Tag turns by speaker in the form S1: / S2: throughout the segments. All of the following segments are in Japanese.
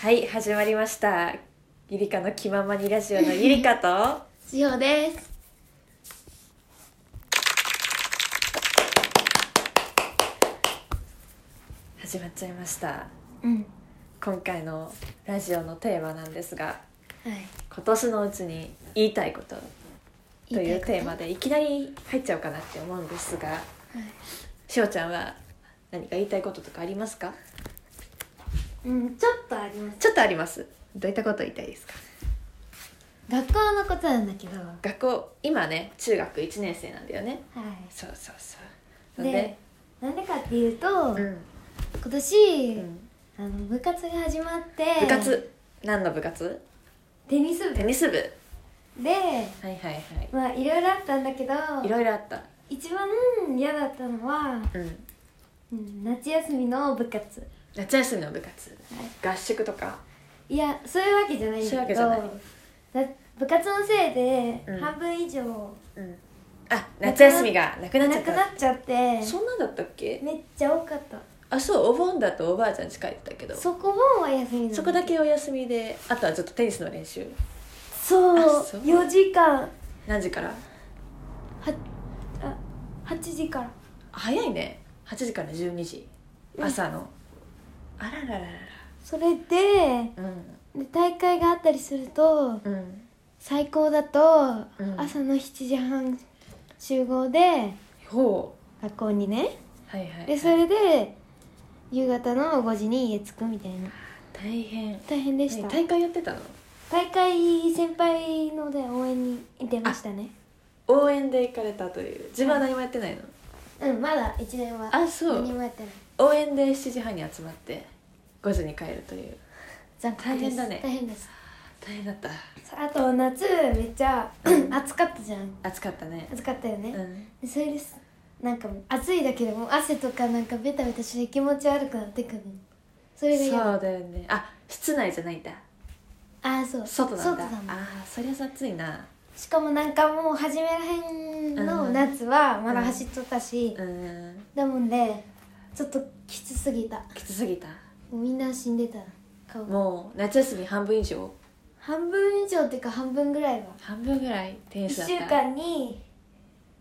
S1: はい始まりましたゆりかの気ままにラジオ のゆりかと
S2: しおです
S1: 始まっちゃいました
S2: うん
S1: 今回のラジオのテーマなんですが
S2: はい
S1: 今年のうちに言いたいことと
S2: 言
S1: い
S2: た
S1: う
S2: こと
S1: テーマでいきなり入っちゃおうかなって思うんですが
S2: はい
S1: しおちゃんは何か言いたいこととかありますか
S2: うんちょっとあります
S1: ちょっとありますどういったこと言いたいですか
S2: 学校のことなんだけどは
S1: 学校今ね中学1年生なんだよね
S2: い
S1: そうそうそうなん
S2: で
S1: で
S2: なんでかっていうと、
S1: うん
S2: 今年、
S1: うん
S2: あの部活が始まって
S1: 部活何の部活
S2: テニス部
S1: テ
S2: で
S1: ニス部はいはいはい
S2: まあいろいろあったんだけど
S1: いろいろあった。
S2: 一番嫌だったのは、
S1: うん。
S2: うん、夏休みの部活、は
S1: 夏休みの部活。合宿とか。
S2: い、いやそういうわけじゃないんだけど
S1: そういうわけ
S2: な部活のせいで
S1: うん
S2: 半分以上
S1: うん。あ、夏休みがなくなっちゃ
S2: な
S1: っ
S2: くな
S1: た。
S2: っちゃって
S1: そんなんだったっけ
S2: めっちゃ多かった
S1: あ、そう、お盆だとおばあちゃんち帰ってたけど。
S2: そこもお休みなの
S1: そこだけお休みで、あとはずっとテニスの練習。
S2: そ
S1: あ
S2: う
S1: そう
S2: 4時間
S1: 何時から
S2: はあ8時から
S1: 早いね。8時から12時。
S2: うん
S1: 朝の。あらららら
S2: それで
S1: ら。うん。
S2: で大会があったりすると
S1: うん。
S2: 最高だと
S1: うん
S2: 朝の7時半集合で
S1: ほう。
S2: 学校にね
S1: はいはい、はい。
S2: でそれで夕方の5時に家着くみたいな
S1: 大変。
S2: 大変でし
S1: え
S2: た
S1: 大会やってたの
S2: 大会先輩ので応援に出ましたね
S1: 応援で行かれたという自分は何もやってないの、
S2: うんまだ1年は
S1: あそう
S2: 何もやってない
S1: 応援で7時半に集まって5時に帰るという
S2: 残
S1: 大
S2: 酷です
S1: 変だね
S2: 大変です
S1: 大変だった
S2: あと夏めっちゃ暑かったじゃん
S1: 暑かったね
S2: 暑かったよ
S1: う
S2: ね、
S1: ん
S2: それですなんかもう暑いだけでもう汗とかなんかベタベタして気持ち悪くなってくるのそれが嫌
S1: そうだよねあ室内じゃないんだ
S2: あーそう
S1: 外なんだ
S2: 外なんだ
S1: ああーそりゃ暑いな
S2: しかもなんかもう初めらへんの
S1: うん
S2: 夏はまだ走っとったし、
S1: うん
S2: だもんでちょっときつすぎたも
S1: きつすぎた
S2: うみんな死んでた顔が
S1: もう夏休み半分以上
S2: 半分以上っていうか半分ぐらいは
S1: 半分ぐらいテニスだ
S2: 1
S1: った
S2: 週間に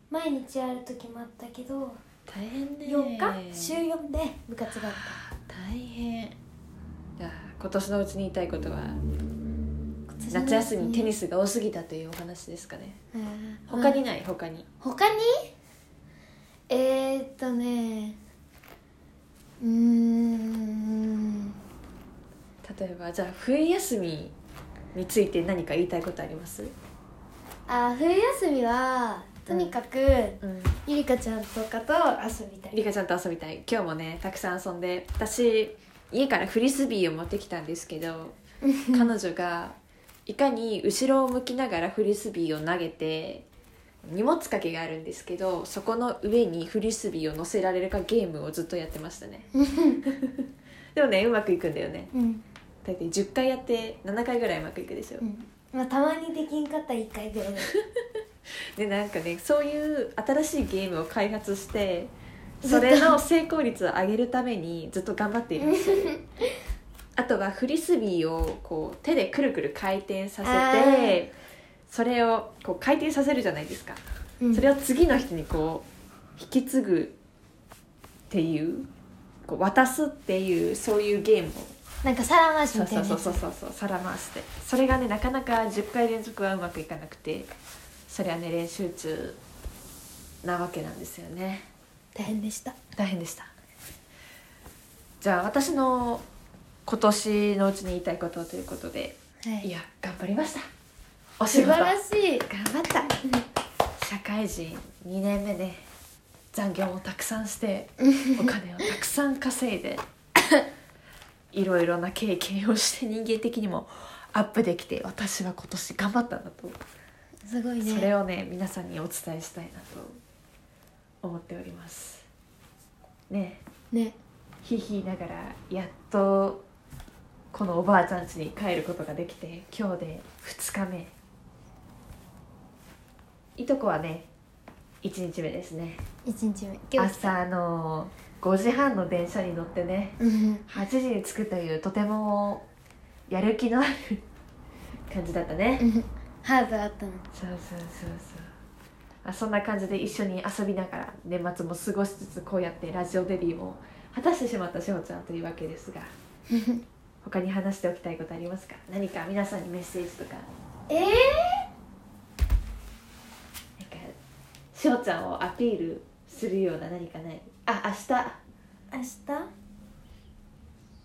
S2: 毎日やる時もあったけど
S1: 大変ね
S2: 4日週4で部活があった
S1: 大変じゃあ今年のうちに言いたいことは夏休
S2: 夏休
S1: み
S2: み
S1: テ
S2: テ
S1: ニ
S2: ニ
S1: スが多すぎたというお話ですかね
S2: ス
S1: 他
S2: 他
S1: に
S2: に
S1: ない他に
S2: 他にえー、っとねうーん
S1: 例えばじゃあ冬休みについて何か言いたいことあります
S2: あ冬休みはとにかく、
S1: うん
S2: ゆりかちゃんとかと遊びたい
S1: りかちゃんと遊びたい今日もねたくさん遊んで私家からフリスビーを持ってきたんですけ ど彼女がいかに後ろを向きながらフリスビーを投げて荷物掛けがあるんですけどそこの上にフリスビーを乗せられるかゲームをずっとやってましたねでもねうまくいくんだよね
S2: うん、
S1: 大体10回やって7回ぐらいうまくいくでしょ
S2: うん、まあたまにできんかったら1回ぐら い
S1: でなんかねそういう新しいゲームを開発してそれの成功率を上げるためにずっと頑張っているんです よあとはフリスビーをこう手でくるくる回転させてそれをこう回転させるじゃないですか、
S2: うん
S1: それを次の人にこう引き継ぐっていうこう渡すっていうそういうゲームを
S2: なんか皿回し
S1: そう
S2: みた
S1: そ
S2: いな
S1: う
S2: やつ
S1: そうそうそうそう皿回してそれがねなかなか10回連続はうまくいかなくてそれはね練習中なわけなんですよね
S2: 大変でした
S1: 大変でしたじゃあ私の今年のうちに言いたいことということで
S2: はい
S1: いや頑張りましたお仕
S2: 素晴
S1: 事
S2: らしい
S1: 頑張った社会人2年目で残業もたくさんしてお金をたくさん稼いでいろいろな経験をして人間的にもアップできて私は今年頑張ったんだと、
S2: すごいね
S1: それをね皆さんにお伝えしたいなと思っておりますねえ
S2: ね
S1: ひいひいながらやっとこのおばあちゃん家に帰ることができて今日で2日目いとこはね1日目ですね
S2: 1日目今日来た
S1: 朝の5時半の電車に乗ってね
S2: うん
S1: 8時に着くというとてもやる気のある感じだったね、
S2: うん ハードあっ たの
S1: そうそうそうそうあそんな感じで一緒に遊びながら年末も過ごしつつこうやってラジオデビューも果たしてしまったしほちゃんというわけですが他に話しておきたいことありますか何か皆さんにメッセージとか
S2: ええ
S1: なんかしほちゃんをアピールするような何かないあ明日
S2: 明日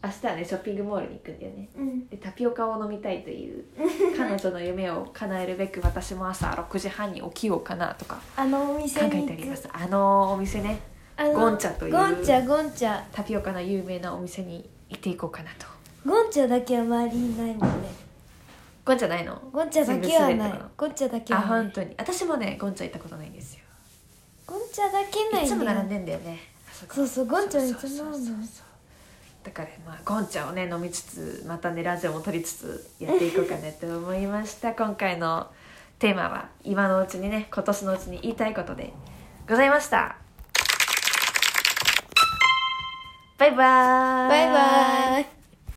S1: 明日はねショッピングモールに行くんだよ ね
S2: うん
S1: でタピオカを飲みたいという彼女の夢を叶えるべく私も朝6時半に起きようかなと か
S2: あのお店
S1: 考え
S2: に
S1: てありますあのお店ね
S2: あの
S1: ゴンチャという
S2: ゴンチャゴンチャ
S1: タピオカの有名なお店に行っていこうかなと
S2: ゴンチャだけは周りにないもんね
S1: ゴンチャないの
S2: ゴンチャだけは
S1: 全部全
S2: ない
S1: てかな
S2: ゴンチャだけ
S1: あ
S2: はない
S1: 本当に私もねゴンチャ行ったことないんですよ
S2: ゴンチャだけない
S1: いつも並ん
S2: で
S1: でんだよねあこ
S2: そうそうゴンチャはいつも並んで
S1: そう
S2: る
S1: そうそうそうだからまあゴンチャをね飲みつつまたねラジオも撮りつつやっていこうかなと思いました今回のテーマは今のうちにね今年のうちに言いたいことでございましたバイバーイ
S2: バイバイ